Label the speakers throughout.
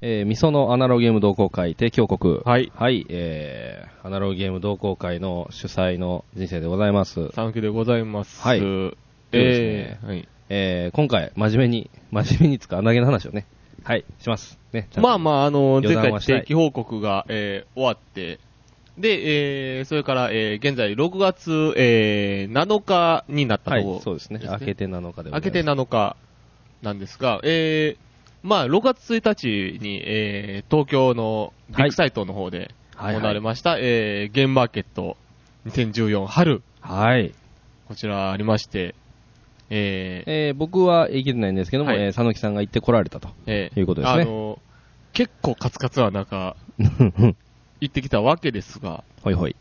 Speaker 1: えー、みそのアナログゲーム同好会提供国。
Speaker 2: はい
Speaker 1: はい、えー、アナログゲーム同好会の主催の人生でございます。
Speaker 2: サンキューでございます。
Speaker 1: はい
Speaker 2: え
Speaker 1: そ
Speaker 2: ー、はい。
Speaker 1: えー、今回、真面目に、真面目につか、穴げの話をね、はい、します。ね、
Speaker 2: まあまあ、あの、前
Speaker 1: 余談
Speaker 2: 回
Speaker 1: はしたい
Speaker 2: 定期報告が、えー終わって、で、えー、それから、えー、現在6月、えー、7日になっ
Speaker 1: あ
Speaker 2: た
Speaker 1: は
Speaker 2: と
Speaker 1: い
Speaker 2: ころ、、
Speaker 1: そうですね。明けて7日でございます。
Speaker 2: 明けて7日なんですが、えー、まあ、6月1日に、えー、東京のビッグサイトの方で
Speaker 1: はいはい
Speaker 2: 行われました、えー、ゲームマーケット2014春、
Speaker 1: はい。
Speaker 2: こちらありまして、えー、
Speaker 1: えー、僕は行けてないんですけども、
Speaker 2: はい
Speaker 1: えー、佐野木さんが行って来られたと。
Speaker 2: え
Speaker 1: いうことですね
Speaker 2: あの、結構カツカツな中、行ってきたわけですが、
Speaker 1: ほいほい。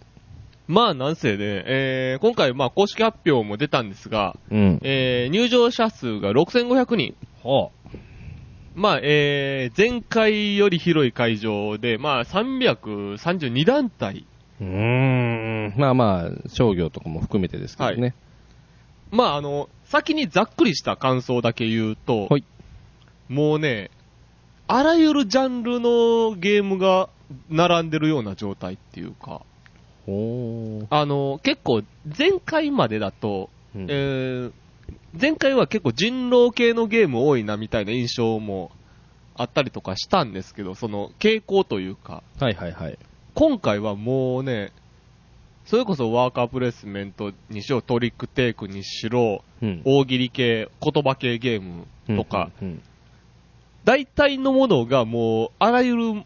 Speaker 2: まあなんせね、えー、今回まあ公式発表も出たんですが、
Speaker 1: うん。
Speaker 2: えー、入場者数が6500人。
Speaker 1: ほ
Speaker 2: まあ、えー、前回より広い会場で、まあ332団体。
Speaker 1: う。うーん。まあまあ、商業とかも含めてですけどね。
Speaker 2: まああの、先にざっくりした感想だけ言うと、
Speaker 1: はい
Speaker 2: もうね、あらゆるジャンルのゲームが並んでるような状態っていうか、
Speaker 1: ほー
Speaker 2: あの、結構前回までだと、
Speaker 1: うん
Speaker 2: えー前回は結構人狼系のゲーム多いなみたいな印象もあったりとかしたんですけど、その傾向というか、
Speaker 1: はいはいはい。
Speaker 2: 今回はもうね、それこそワーカープレイスメントにしろ、トリックテイクにしろ、
Speaker 1: うん。
Speaker 2: 大喜利系、言葉系ゲームとか、
Speaker 1: うん。うん
Speaker 2: 大体のものがもうあらゆる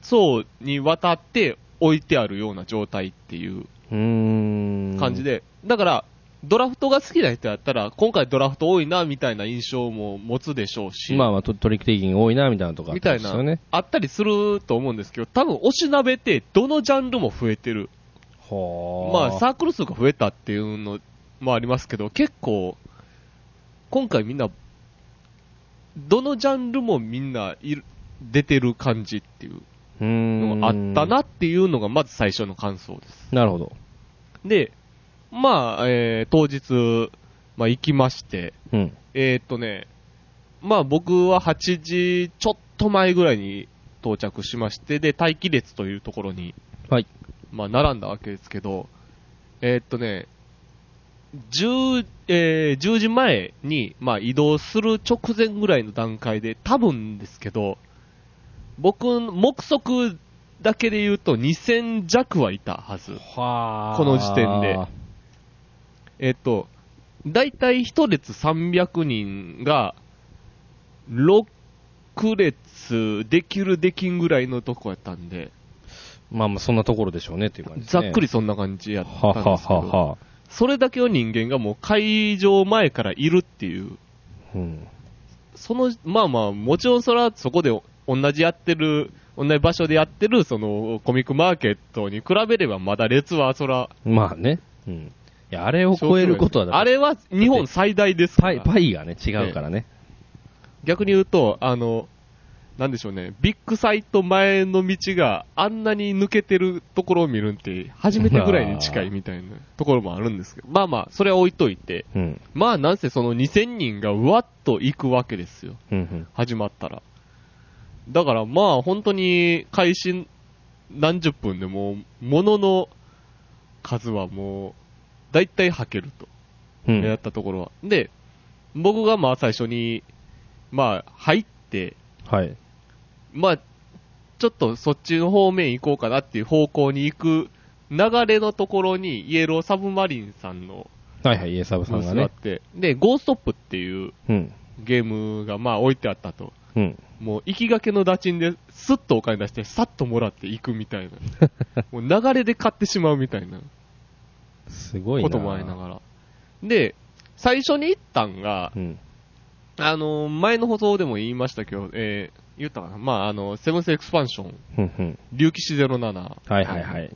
Speaker 2: 層にわたって置いてあるような状態っていう
Speaker 1: うーん
Speaker 2: 感じ。で、だから、ドラフトが好きな人だったら、今回ドラフト多いなみたいな印象も持つでしょうし、
Speaker 1: まあまあ、トトリックテイキング多いな、みたいなとか、
Speaker 2: みたい
Speaker 1: ですよ
Speaker 2: な
Speaker 1: ね。、
Speaker 2: あったりすると思うんですけど、多分おしなべて、どのジャンルも増えてる、
Speaker 1: ほー
Speaker 2: まあ、サークル数が増えたっていうのもありますけど、結構、今回みんな、どのジャンルもみんないる出てる感じっていう
Speaker 1: うーん
Speaker 2: のがあった。なっていうのが、まず最初の感想です。
Speaker 1: なるほど。
Speaker 2: で、まあ、えー当日、まあ、行きまして、
Speaker 1: うん。
Speaker 2: えーっとね、まあ僕は8時ちょっと前ぐらいに到着しまして、で、待機列というところに、
Speaker 1: はい。
Speaker 2: まあ並んだわけですけど、えーっとね、10, えー10時前に、まあ、移動する直前ぐらいの段階で、多分ですけど、僕、目測だけで言うと2000弱はいたはず。
Speaker 1: は
Speaker 2: ーこの時点でえっと、だいたい1列300人が、6列できるできんぐらいのとこやったんで、
Speaker 1: まあまあ、そんなところでしょうね、っていう感じです
Speaker 2: ざ
Speaker 1: ね、
Speaker 2: っく
Speaker 1: り。
Speaker 2: りそんな感じやった
Speaker 1: は
Speaker 2: ん
Speaker 1: は
Speaker 2: ですけ
Speaker 1: は
Speaker 2: ど、
Speaker 1: は。
Speaker 2: それだけの人間がもう会場前からいるっていう、
Speaker 1: うん。
Speaker 2: その、まあまあ、もちろんそれはそこで同じやってる、同じ場所でやってる、そのコミックマーケットに比べればまだ列はそら、
Speaker 1: まあね。うん。いや、あれを超えることはだから
Speaker 2: あれは日本最大ですか
Speaker 1: パ
Speaker 2: ら
Speaker 1: イ、パイがね、違うからね。
Speaker 2: 逆に言うと、あの、なんでしょうね、ビッグサイト前の道があんなに抜けてるところを見るんって、初めてぐらいに近いみたいなところもあるんですけど、 まあまあ、それは置いといて、
Speaker 1: うん。
Speaker 2: まあなんせその2000人がうわっと行くわけですよ、
Speaker 1: うんうん。
Speaker 2: 始まったら。だからまあ本当に開始何十分でも、ものの数はもう、だいたいはけると。
Speaker 1: うん。
Speaker 2: やったところは。で、僕がまあ最初に、まあ入って、
Speaker 1: はい。
Speaker 2: まあ、ちょっとそっちの方面行こうかなっていう方向に行く流れのところに、イエローサブマリンさんの
Speaker 1: はいはい、イエサブ
Speaker 2: ブ
Speaker 1: さん
Speaker 2: ー
Speaker 1: が
Speaker 2: スがあっ
Speaker 1: ね。
Speaker 2: て、で、ゴーストップっていう
Speaker 1: うん。
Speaker 2: ゲームがまあ置いてあったと。
Speaker 1: うん。
Speaker 2: もう行きがけの打賃で、スッとお金出して、さっともらって行くみたいな。 もう流れで買ってしまうみたいな。
Speaker 1: すごいな。
Speaker 2: こともありながら。で、最初に行ったんが
Speaker 1: う、ん。
Speaker 2: あの、前の放送でも言いましたけど、えー言ったかなまあ、あの、セブンスエクスパンション、
Speaker 1: うんうん。
Speaker 2: 竜騎士07。
Speaker 1: はいはいはい。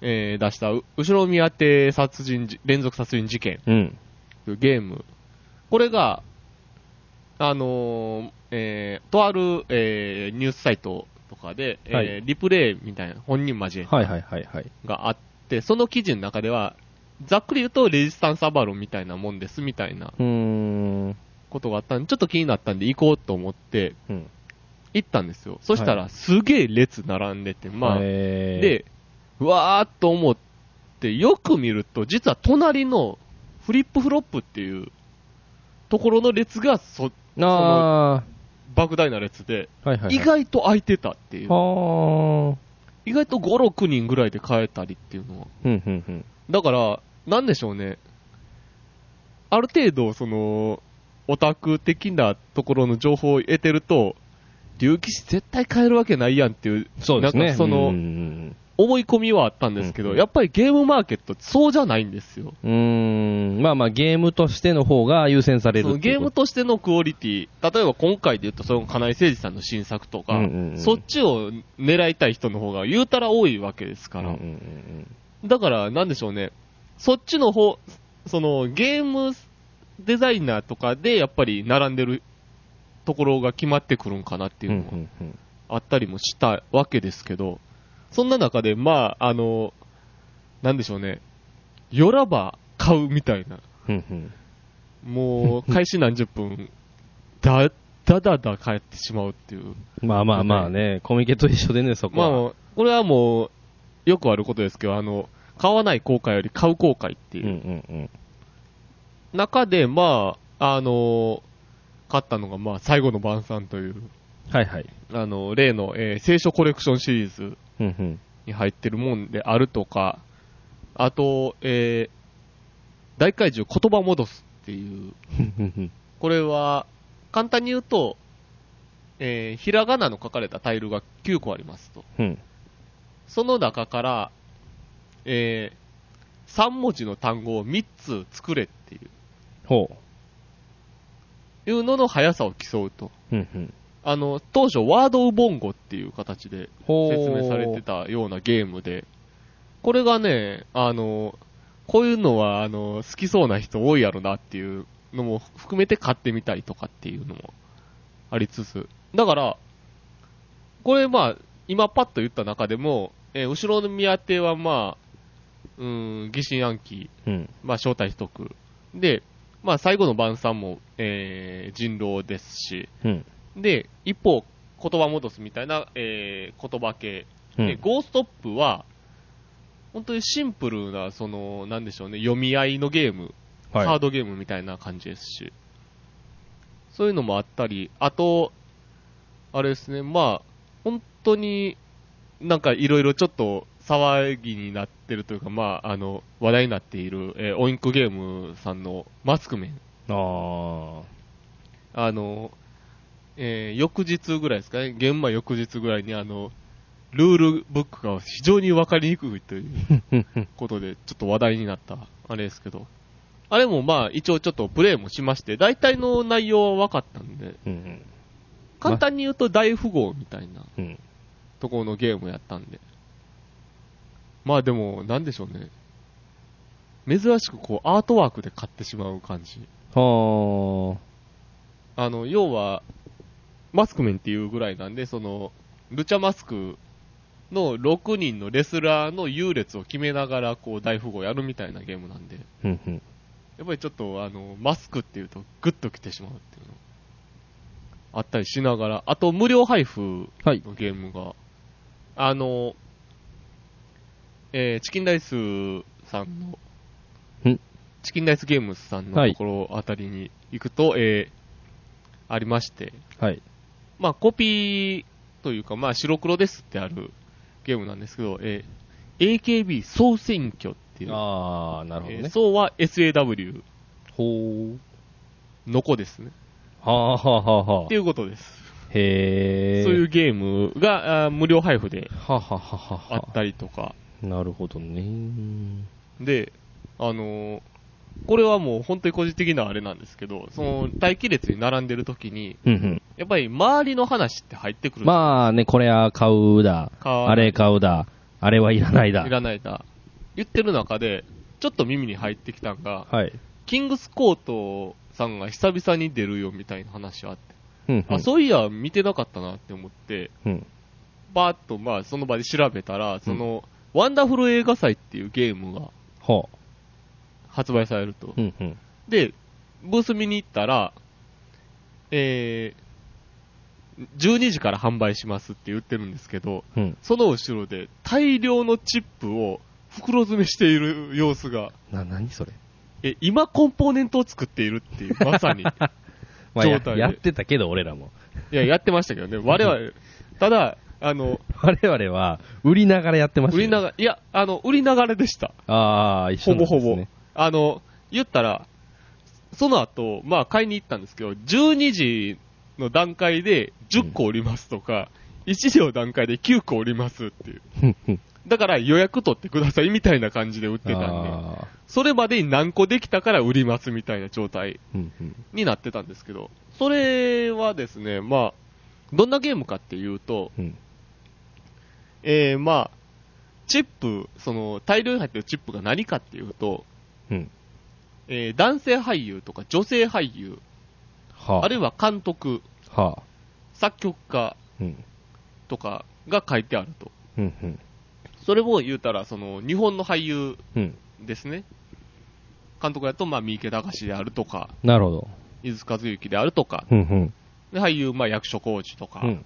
Speaker 2: えー出した、う後ろ見当て殺人じ、連続殺人事件
Speaker 1: うん。
Speaker 2: というゲーム。これが、あのーえーとある、えーニュースサイトとかで、えー
Speaker 1: はい
Speaker 2: リプレイみたいな、本人交え
Speaker 1: はいはいはいはい。
Speaker 2: があって、その記事の中では、ざっくり言うとレジスタンスアバロンみたいなもんですみたいな
Speaker 1: うーん。
Speaker 2: ことがあったんで、ちょっと気になったんで行こうと思って、
Speaker 1: うん。
Speaker 2: 行ったんですよ。そしたら、すげえ列並んでて、まあ、
Speaker 1: で、
Speaker 2: で、うわーっと思って、よく見ると、実は隣のフリップフロップっていうところの列がそ、
Speaker 1: な
Speaker 2: 莫大な列で、
Speaker 1: あ、はいはいはい。
Speaker 2: 意外と空いてたっていう。
Speaker 1: はあ。
Speaker 2: 意外と5、6人ぐらいで買えたりっていうのは。
Speaker 1: うんうんうん。
Speaker 2: だから、なんでしょうね。ある程度、その、オタク的なところの情報を得てると、竜騎士絶対買えるわけないやんっていう、
Speaker 1: そうですね。
Speaker 2: なんかそ
Speaker 1: う
Speaker 2: の
Speaker 1: ん
Speaker 2: 思い込みはあったんですけど、
Speaker 1: うん
Speaker 2: やっぱりゲームマーケットってそうじゃないんですよ。
Speaker 1: うんうん。うーん。まあまあ、ゲームとしての方が優先される
Speaker 2: その
Speaker 1: ってい
Speaker 2: ゲー
Speaker 1: う
Speaker 2: ム
Speaker 1: こと
Speaker 2: してのクオリティ、例えば今回で言うと、その金井誠司さんの新作とか、
Speaker 1: うんうんうん
Speaker 2: そっちを狙いたい人の方が言うたら多いわけですか
Speaker 1: と
Speaker 2: ら、
Speaker 1: うんうんうん
Speaker 2: だからなんでしょうね、そっちの方、そのゲームデザイナーとかでやっぱり並んでるところが決まってくるんかなっていう
Speaker 1: うん
Speaker 2: のが
Speaker 1: うんうん
Speaker 2: あったりもしたわけですけど、そんな中で、まあ、あの、なんでしょうね、よらば買うみたいな。
Speaker 1: うんうん
Speaker 2: もう、開始何十分、 だ、だだだ帰ってしまうっていう。
Speaker 1: まあまあまあね、コミケと一緒でね、そこ
Speaker 2: ま
Speaker 1: は。
Speaker 2: あ、これはもう、よくあることですけど、あの、買わない後悔より買う後悔って
Speaker 1: う
Speaker 2: い
Speaker 1: んう
Speaker 2: うん
Speaker 1: うん。
Speaker 2: 中で、まあ、あの、買ったのが、まあ、最後の晩餐という、
Speaker 1: はいはい。
Speaker 2: あの、例の、えー聖書コレクションシリーズ
Speaker 1: うんうん。
Speaker 2: に入ってるもんであるとか、あと、えー大怪獣言葉戻すっていう、
Speaker 1: うんうんうん
Speaker 2: これは、簡単に言うと、えーひらがなの書かれたタイルが9個ありますと。
Speaker 1: うん。
Speaker 2: その中から、え3文字の単語を3つ作れってい
Speaker 1: ほ
Speaker 2: ういうのの速さを競うと。
Speaker 1: う。うんうん。
Speaker 2: あの、当初、ワードウボンゴっていう形で
Speaker 1: ほう。
Speaker 2: 説明されてたようなゲームで、これがね、あの、こういうのは、あの、好きそうな人多いやろなっていうのも含めて買ってみたりとかっていうのもありつつ。だから、これまあ、今パッと言った中でも、えー後ろの宮邸はまあ、うーん、疑心暗鬼、
Speaker 1: うん。
Speaker 2: まあ、正体一区。で、まあ、最後の晩餐も、えー人狼ですし、
Speaker 1: うん。
Speaker 2: で、一方、言葉戻すみたいな、えー言葉系。
Speaker 1: う
Speaker 2: で、
Speaker 1: ん。
Speaker 2: ゴーストップは、本当にシンプルな、その、なんでしょうね、読み合いのゲーム、
Speaker 1: はい
Speaker 2: カードゲームみたいな感じですし、そういうのもあったり、あと、あれですね、まあ、本当になんかいろいろちょっと騒ぎになってるというか、まあ、あの、話題になっている、えーオインクゲームさんのマスクメン。
Speaker 1: あ
Speaker 2: あの、えー翌日ぐらいですかね、現場翌日ぐらいにあの、ルールブックが非常に分かりにくいという
Speaker 1: あ。
Speaker 2: ことで、ちょっと話題になった、あれですけど。あれもまあ、一応ちょっとプレイもしまして、大体の内容は分かったんで、
Speaker 1: うんうん
Speaker 2: 簡単に言うと大富豪みたいな
Speaker 1: うん。
Speaker 2: ところのゲームやったんで。まあでも、なんでしょうね。珍しくこう、アートワークで買ってしまう感じ。
Speaker 1: は
Speaker 2: あの、要は、マスクメンっていうぐらいなんで、その、ルチャマスクの6人のレスラーの優劣を決めながら、こう、大富豪やるみたいなゲームなんで、
Speaker 1: あ。うんうん。
Speaker 2: やっぱりちょっと、あの、マスクっていうと、グッと来てしまうっていうの。あったりしながら、あと無料配布
Speaker 1: はい。
Speaker 2: のゲームが、あの、えーチキンライスさんの
Speaker 1: ん、
Speaker 2: チキンライスゲームズさんのところあたりに行くと、えーありまして、
Speaker 1: はい。
Speaker 2: まあ、コピーというか、まあ、白黒ですってあるゲームなんですけど、えー AKB 総選挙っていう、
Speaker 1: ああ、なるほど
Speaker 2: えー
Speaker 1: ね。
Speaker 2: 総は SAW
Speaker 1: ほう。
Speaker 2: の子ですね。
Speaker 1: はあはあはあは
Speaker 2: っ
Speaker 1: あ
Speaker 2: て。いうことです。
Speaker 1: へえ。
Speaker 2: そういうゲームがあー無料配布で
Speaker 1: はあはあはあ
Speaker 2: あ
Speaker 1: は
Speaker 2: ったりとか、
Speaker 1: あ。なるほどね。
Speaker 2: で、あのーこれはもう本当に個人的なあれなんですけど、その待機列に並んでる時に、
Speaker 1: うんうん。
Speaker 2: やっぱり周りの話って入ってくる。
Speaker 1: まあね、これは買うだ。
Speaker 2: あ
Speaker 1: あれ買うだ。あれはいらないだ
Speaker 2: い。らないだ。言ってる中で、ちょっと耳に入ってきたんが、
Speaker 1: はい。
Speaker 2: キングスコートさんが久々に出るよみたいな話あって、
Speaker 1: うんうん。
Speaker 2: あそういや、見てなかったなって思って、
Speaker 1: うん。
Speaker 2: バーっとまあその場で調べたら、その、ワンダフル映画祭っていうゲームが
Speaker 1: ほ
Speaker 2: 発売されると。
Speaker 1: う。うんうん。
Speaker 2: で、ブース見に行ったら、えー12時から販売しますって言ってるんですけど、
Speaker 1: うん。
Speaker 2: その後ろで大量のチップを袋詰めしている様子が、
Speaker 1: な、何それ。
Speaker 2: え、今コンポーネントを作っているっていう、まさに。い
Speaker 1: まあ、や
Speaker 2: 状態で
Speaker 1: やってたけど、俺らも。
Speaker 2: や、やってましたけどね。我々、ただ、あの、
Speaker 1: 我々は、売りながらやってました
Speaker 2: 売
Speaker 1: よ
Speaker 2: りながいや、あの、売りながらでした。
Speaker 1: ああ、一緒な
Speaker 2: ほ
Speaker 1: んで
Speaker 2: ぼ
Speaker 1: すね
Speaker 2: ほぼ。あの、言ったら、その後、まあ買いに行ったんですけど、12時の段階で10個売りますとか、1時の段階で9個売りますっていう。
Speaker 1: ふんふん
Speaker 2: だから予約取ってくださいみたいな感じで売ってたんで、
Speaker 1: あ
Speaker 2: それまでに何個できたから売りますみたいな状態
Speaker 1: ーうんうん
Speaker 2: になってたんですけど、それはですね、まあ、どんなゲームかっていうと、
Speaker 1: うん
Speaker 2: えー、まあ、チップ、その大量に入ってるチップが何かっていうと、
Speaker 1: うん
Speaker 2: えー男性俳優とか女性俳優、
Speaker 1: は
Speaker 2: あるいは監督、
Speaker 1: あはあ
Speaker 2: 作曲家
Speaker 1: うん
Speaker 2: とかが書いてあると。
Speaker 1: うんうん
Speaker 2: それを言うたら、その、日本の俳優
Speaker 1: うん
Speaker 2: ですね。監督だと、まあ、三池隆であるとか、
Speaker 1: なるほど。
Speaker 2: 伊豆和幸であるとか、
Speaker 1: うんうん
Speaker 2: で俳優、まあ、役所広司とか
Speaker 1: う、ん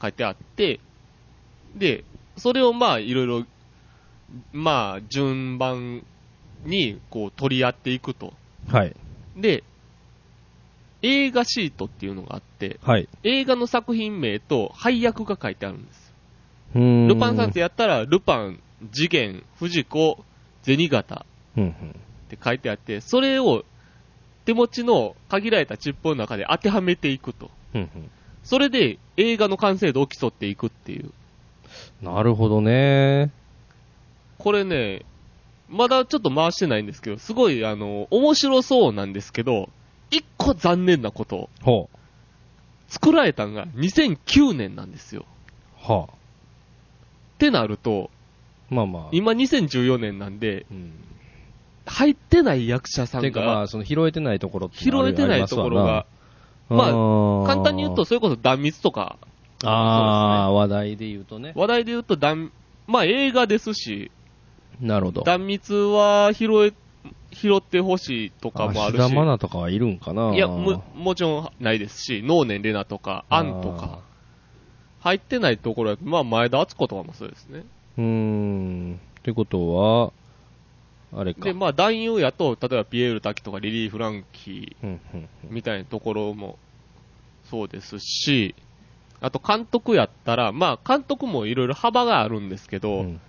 Speaker 2: 書いてあって、で、それをまあ、いろいろ、まあ、順番に、こう、取り合っていくと。
Speaker 1: はい。
Speaker 2: で、映画シートっていうのがあって、
Speaker 1: はい。
Speaker 2: 映画の作品名と配役が書いてあるんです。
Speaker 1: うーん
Speaker 2: ルパン三世やったら、ルパン、次元、藤子、銭形
Speaker 1: うんうん
Speaker 2: って書いてあって、それを手持ちの限られたチップの中で当てはめていくと。
Speaker 1: うんうん
Speaker 2: それで映画の完成度を競っていくっていう。
Speaker 1: なるほどね。
Speaker 2: これね、まだちょっと回してないんですけど、すごい、あの、面白そうなんですけど、一個残念なこと、
Speaker 1: ほう。
Speaker 2: 作られたのが2009年なんですよ。
Speaker 1: はあ。
Speaker 2: ってなると、
Speaker 1: まあまあ。
Speaker 2: 今2014年なんで、
Speaker 1: うん。
Speaker 2: 入ってない役者さ
Speaker 1: て
Speaker 2: ん
Speaker 1: いうかま
Speaker 2: が
Speaker 1: あ、その拾えてないところって
Speaker 2: 拾
Speaker 1: のはあ
Speaker 2: え
Speaker 1: る
Speaker 2: てないところが、、まあ
Speaker 1: あ
Speaker 2: 簡単に言うと、、それこそ断蜜とか、
Speaker 1: ああ、話題で言うとね。
Speaker 2: 話題で言うと断、まあ映画ですし、
Speaker 1: なるほど。
Speaker 2: 断蜜は拾え、拾ってほしいとかもあ
Speaker 1: 芦
Speaker 2: る
Speaker 1: 田愛
Speaker 2: し、
Speaker 1: 菜とかはいるんかないい
Speaker 2: や、も、もちろんないですし、能年玲奈とか、アンとか、。入ってないところは、まあ前田敦子とかもそうですね。
Speaker 1: うーん。ってことは、あれか。
Speaker 2: で、まあ男優やと、例えばピエール滝とかリリー・フランキ
Speaker 1: うんうん
Speaker 2: ーみたいなところもそうですし、あと監督やったら、まあ監督もいろいろ幅があるんですけ
Speaker 1: う
Speaker 2: ど、
Speaker 1: ん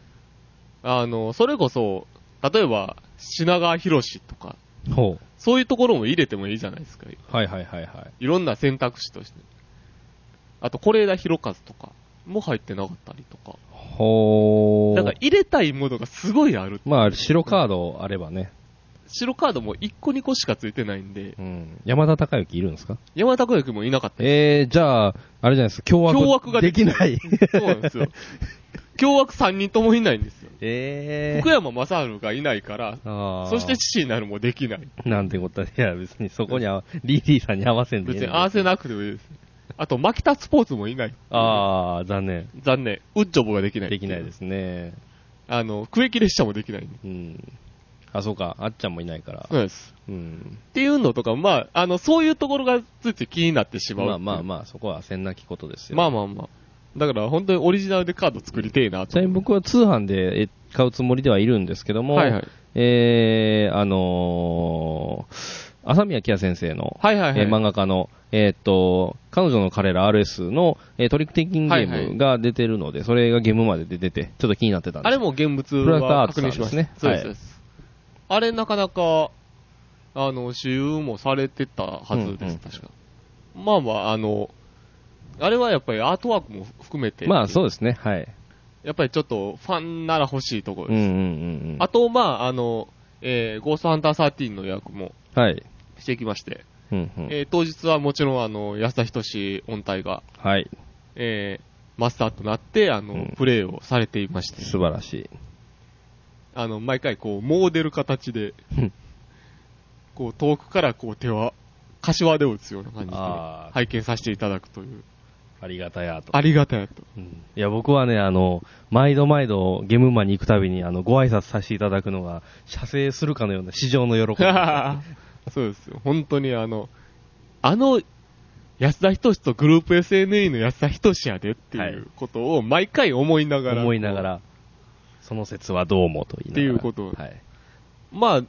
Speaker 2: あの、それこそ、例えば、品川博士とか、
Speaker 1: うんほ
Speaker 2: そういうところも入れてもいいじゃないですか。
Speaker 1: う。はいはいはいはい。
Speaker 2: いろんな選択肢として。あと、是枝裕和とかも入ってなかったりとか。
Speaker 1: ほ
Speaker 2: だ
Speaker 1: う。
Speaker 2: から入れたいものがすごいある。
Speaker 1: まあ、白カードあればね。
Speaker 2: 白カードも1個2個しかついてないんで、
Speaker 1: うん。山田孝之いるんですか
Speaker 2: 山田孝之もいなかった。
Speaker 1: えー、じゃあ、あれじゃないですか、凶悪
Speaker 2: 凶悪が
Speaker 1: で
Speaker 2: で
Speaker 1: き
Speaker 2: き
Speaker 1: な。
Speaker 2: ないそうなんですよ。凶悪3人ともいないんですよ。
Speaker 1: え
Speaker 2: 福山雅治がいないから、
Speaker 1: あー
Speaker 2: そして父になるもできない。
Speaker 1: なんてことは、いや、別にそこには、リリーさんに合わせんでいい
Speaker 2: 別
Speaker 1: の
Speaker 2: に合わせなくてもいいです。あと、マキタスポーツもいない。
Speaker 1: ああ、残念。
Speaker 2: 残念。ウッジョボができない。
Speaker 1: できないですね。
Speaker 2: あの、区域列車もできないんで。
Speaker 1: うん。あ、そうか、あっちゃんもいないから。
Speaker 2: そうです。
Speaker 1: うん。
Speaker 2: っていうのとか、まあ、あの、そういうところがついて気になってしまう。
Speaker 1: まあまあ
Speaker 2: ま
Speaker 1: まあ、そこはせんなきことです
Speaker 2: あ。
Speaker 1: よ。
Speaker 2: ま
Speaker 1: あ、
Speaker 2: あまあまあ。だから本当にオリジナルでカード作りてえな
Speaker 1: ちな
Speaker 2: と。
Speaker 1: みに僕は通販でえ買うつもりではいるんですけども、
Speaker 2: はいはい。
Speaker 1: えー、あのー、浅宮キア先生の、
Speaker 2: はいはいはい。
Speaker 1: えー漫画家の、えーっと、彼女の彼ら RS の、えートリックテイキングゲ
Speaker 2: はい
Speaker 1: ー
Speaker 2: は
Speaker 1: ム
Speaker 2: い
Speaker 1: が出てるので、それがゲームまで出てて、ちょっと気になってたんで
Speaker 2: あ
Speaker 1: す
Speaker 2: れも現物
Speaker 1: プロダクトア
Speaker 2: は
Speaker 1: ーツ
Speaker 2: 確
Speaker 1: さん
Speaker 2: 認しまし
Speaker 1: で
Speaker 2: た。
Speaker 1: すね
Speaker 2: そう
Speaker 1: は
Speaker 2: で
Speaker 1: い
Speaker 2: す、そうです。あれなかなか、あの、主有もされてたはず
Speaker 1: うん
Speaker 2: で
Speaker 1: うん
Speaker 2: す、確か。まあまあ、あの、あれはやっぱりアートワークも含めて、
Speaker 1: まあそうですね、はい。
Speaker 2: やっぱりちょっとファンなら欲しいところ
Speaker 1: う
Speaker 2: で
Speaker 1: んう
Speaker 2: す。
Speaker 1: んうんうん。
Speaker 2: あと、まあ、あの、えーゴーストハンター13の予約も
Speaker 1: はい。
Speaker 2: してきまして、
Speaker 1: うんうん。
Speaker 2: えー当日はもちろん、あの、安田仁志音体が、
Speaker 1: はい。
Speaker 2: えーマスターとなって、あの、
Speaker 1: うん
Speaker 2: プレイをされていまして、
Speaker 1: 素晴らしい。
Speaker 2: あの、毎回、こう、モーデル形で
Speaker 1: うん、
Speaker 2: こう、遠くから、こう、手は、柏で打つような感じで、
Speaker 1: あー
Speaker 2: 拝見させていただくという、
Speaker 1: ありがたやと。
Speaker 2: ありがたやと。
Speaker 1: うんいや、僕はね、あの、毎度毎度ゲームマンに行くたびに、あの、ご挨拶させていただくのが、射精するかのよ うな市場の喜び。
Speaker 2: そうですよ。本当に、あの、あの、安田仁とグループ SNE の安田仁やでっていうことを毎回思いながら。
Speaker 1: 思いなが。ら、その説はどうもと言いながら。
Speaker 2: っていうこと
Speaker 1: はい。
Speaker 2: まあ、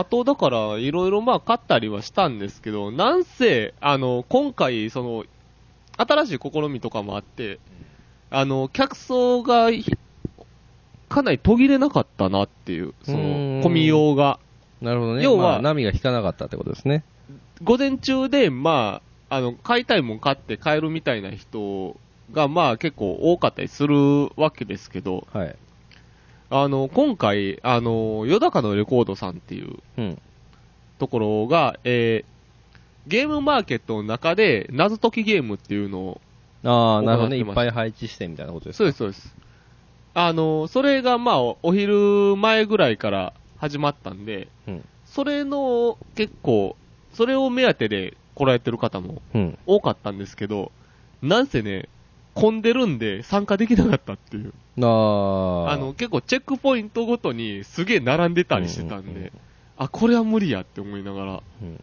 Speaker 2: あとだから、いろいろまあ、勝ったりはしたんですけど、なんせ、あの、今回、その、新しい試みとかもあって、あの、客層がひ、かなり途切れなかったなっていう、そ
Speaker 1: うん
Speaker 2: の、混みようが。
Speaker 1: なるほどね。
Speaker 2: 要は
Speaker 1: まあ波が引かなかったってことですね。
Speaker 2: 午前中で、まあ、あの、買いたいもん買って買えるみたいな人が、まあ、結構多かったりするわけですけど、
Speaker 1: はい。
Speaker 2: あの、今回、あの、ヨダカのレコードさんっていう、
Speaker 1: うん。
Speaker 2: ところが、えーゲームマーケットの中で謎解きゲームっていうのを、
Speaker 1: ああ、なるほどね。い
Speaker 2: 行って
Speaker 1: っ
Speaker 2: ま
Speaker 1: ぱ
Speaker 2: す
Speaker 1: い配置してみたいなことです
Speaker 2: そう
Speaker 1: か
Speaker 2: です、そうです。あの、それがまあ、おお昼前ぐらいから始まったんで、
Speaker 1: うん
Speaker 2: それの結構、それを目当てで来られてる方も
Speaker 1: うん。
Speaker 2: 多かったんですけど、なんせね、混んでるんで参加できなかったっていう。
Speaker 1: ああ。
Speaker 2: あの、、結構チェックポイントごとにすげえ並んでたりしてたんで、
Speaker 1: うんうんうん
Speaker 2: あ、これは無理やって思いながら、
Speaker 1: うん。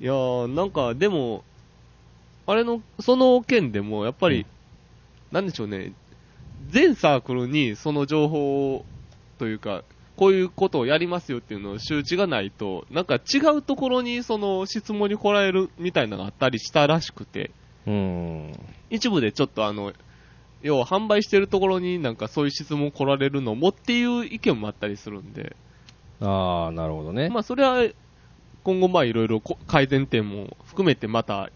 Speaker 2: いやー、なんかでも、あれの、その件でも、やっぱり、
Speaker 1: うん
Speaker 2: なんでしょうね、全サークルにその情報をというか、こういうことをやりますよっていうのを周知がないと、なんか違うところにその質問に来られるみたいなのがあったりしたらしくて、
Speaker 1: うん。
Speaker 2: 一部でちょっとあの、要は販売してるところになんかそういう質問来られるのもっていう意見もあったりするんで、
Speaker 1: ああ、なるほどね。
Speaker 2: まあそれは今後まあいろいろこ改善点も含めてまた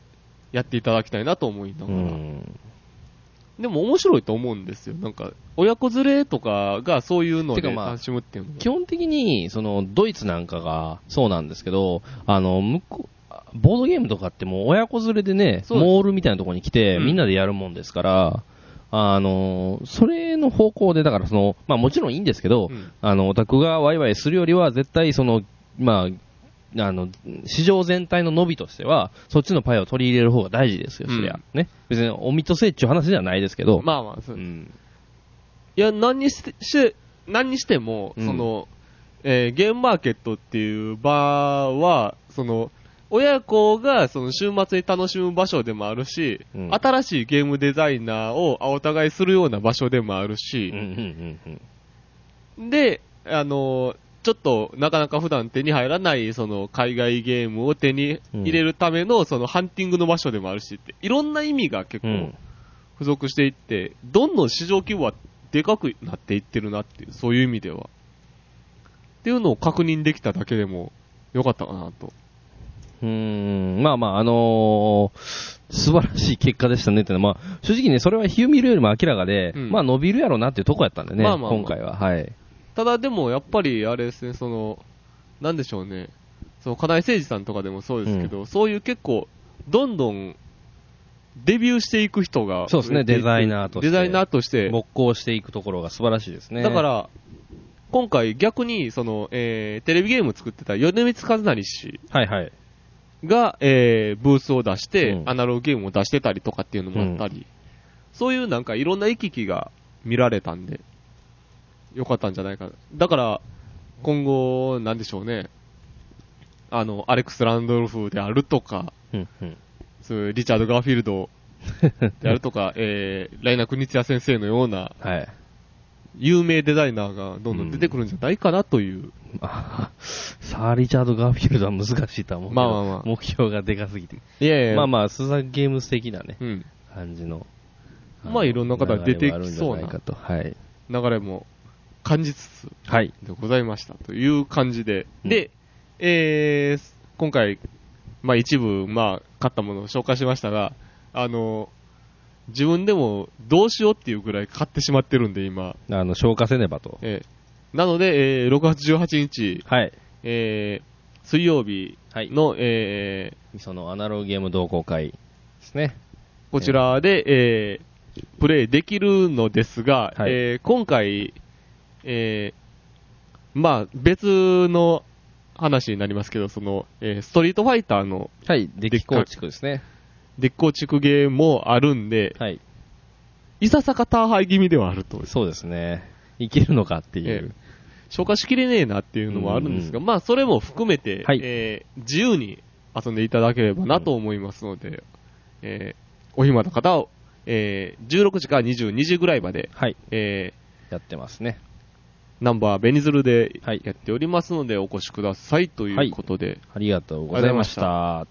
Speaker 2: やっていただきたいなと思いな
Speaker 1: う
Speaker 2: がら、
Speaker 1: ん。
Speaker 2: でも面白いと思うんですよ。なんか親子連れとかがそういうの
Speaker 1: て
Speaker 2: で
Speaker 1: かまあ
Speaker 2: 楽しむっていうのが
Speaker 1: 基本的に、その、ドイツなんかがそうなんですけど、あの、向こう、ボードゲームとかってもう親子連れでね、
Speaker 2: そうです
Speaker 1: モールみたいなところに来て、
Speaker 2: うん
Speaker 1: みんなでやるもんですから、あの、それの方向で、だからその、まあもちろんいいんですけど、
Speaker 2: うん
Speaker 1: あの、オタクがワイワイするよりは、絶対その、まあ、あの、市場全体の伸びとしては、そっちのパイを取り入れる方が大事ですよ、
Speaker 2: うん
Speaker 1: そりゃ。ね。別に、お見とせっちゅう話ではないですけど。
Speaker 2: まあまあそうう、
Speaker 1: ん。
Speaker 2: いや、何にして、して何にしても、
Speaker 1: うん
Speaker 2: その、えーゲームマーケットっていう場は、その、親子がその週末に楽しむ場所でもあるし、
Speaker 1: うん
Speaker 2: 新しいゲームデザイナーをお互いするような場所でもあ
Speaker 1: う
Speaker 2: る
Speaker 1: ん、うん
Speaker 2: し、、
Speaker 1: うん、
Speaker 2: で、あの、ちょっとなかなか普段手に入らないその海外ゲームを手に入れるためのそのハンティングの場所でもあるしって、いろんな意味が結
Speaker 1: う
Speaker 2: 構、
Speaker 1: ん。うん。
Speaker 2: 付属していって、どんどん市場規模はでかくなっていってるなっていう、そういう意味では。っていうのを確認できただけでもよかったかなと。
Speaker 1: うーん、まあまあ、あのー素晴らしい結果でしたねっていうのは、まあ、正直ね、それはヒューミルよりも明らかで、
Speaker 2: うん
Speaker 1: まあ伸びるやろうなっていうとこやったんでね、
Speaker 2: まあまあまあ
Speaker 1: 今回は。はい。
Speaker 2: ただでもやっぱりあれですね、その、なんでしょうね、その金井誠司さんとかでもそうですけど、そういう結構、どんどんデビューしていく人が
Speaker 1: そうですね
Speaker 2: 増えいって
Speaker 1: デザイナーとして
Speaker 2: デザイナーとして。
Speaker 1: 勃興していくところが素晴らしいですね。
Speaker 2: だか、ら、今回逆に、その、えーテレビゲーム作ってた米光和成氏。
Speaker 1: はいはい。
Speaker 2: が、えーブースを出して、
Speaker 1: うん
Speaker 2: アナログゲームを出してたりとかっていうのもあったり、そういうなんかいろんな行き来が見られたんで、よかったんじゃないかな。だから、今後、なんでしょうね、あの、アレックス・ランドルフであるとか、
Speaker 1: うん、うん。
Speaker 2: そういうリチャード・ガーフィールドであるとか、えー、ライナ・クニツヤ先生のような
Speaker 1: はい。
Speaker 2: 有名デザイナーがどんどん出てくるんじゃないかなという、
Speaker 1: まあ、サー・リチャード・ガーフィールドは難しいとは思うけど、
Speaker 2: まあまあまあ
Speaker 1: 目標がでかすぎて。
Speaker 2: いやいや、
Speaker 1: まあまあ、スザンゲームス的なね、
Speaker 2: うん、
Speaker 1: 感じの。
Speaker 2: まあいろんな方が出てきそう
Speaker 1: 流れはあるん
Speaker 2: な
Speaker 1: じゃいかと。はい。
Speaker 2: 流れも感じつつ、
Speaker 1: はい。
Speaker 2: でございましたという感じで、
Speaker 1: うん
Speaker 2: で、えー、今回、まあ、一部、まあ、買ったものを紹介しましたが、あの、自分でもどうしようっていうぐらい買ってしまってるんで、今。
Speaker 1: あの、消化せねばと。
Speaker 2: えーなので、えー6月18日、
Speaker 1: はい。
Speaker 2: えー水曜日
Speaker 1: はい。
Speaker 2: の、えー
Speaker 1: そのアナログゲーム同好会ですね。
Speaker 2: こちらで、えープレイできるのですが、
Speaker 1: はい
Speaker 2: えー今回、えーまあ、別の話になりますけど、その、えーストリートファイターの
Speaker 1: はい、デッキ構築ですね。
Speaker 2: デッコ地区ゲームもあるんで、
Speaker 1: はい、
Speaker 2: いささか大敗気味ではあると。
Speaker 1: そうですね。いけるのかってい
Speaker 2: え
Speaker 1: う。
Speaker 2: 消化しきれねえなっていうのもあるんですが、
Speaker 1: う
Speaker 2: まあ、それも含めて、
Speaker 1: はい
Speaker 2: えー自由に遊んでいただければなと思いますので、えーお暇の方は、えー16時から22時ぐらいまで、
Speaker 1: はい。
Speaker 2: えー
Speaker 1: やってますね。
Speaker 2: ナンバーベニズルで
Speaker 1: はい
Speaker 2: やっておりますので、お越しくださいということで、
Speaker 1: ありがとうございました。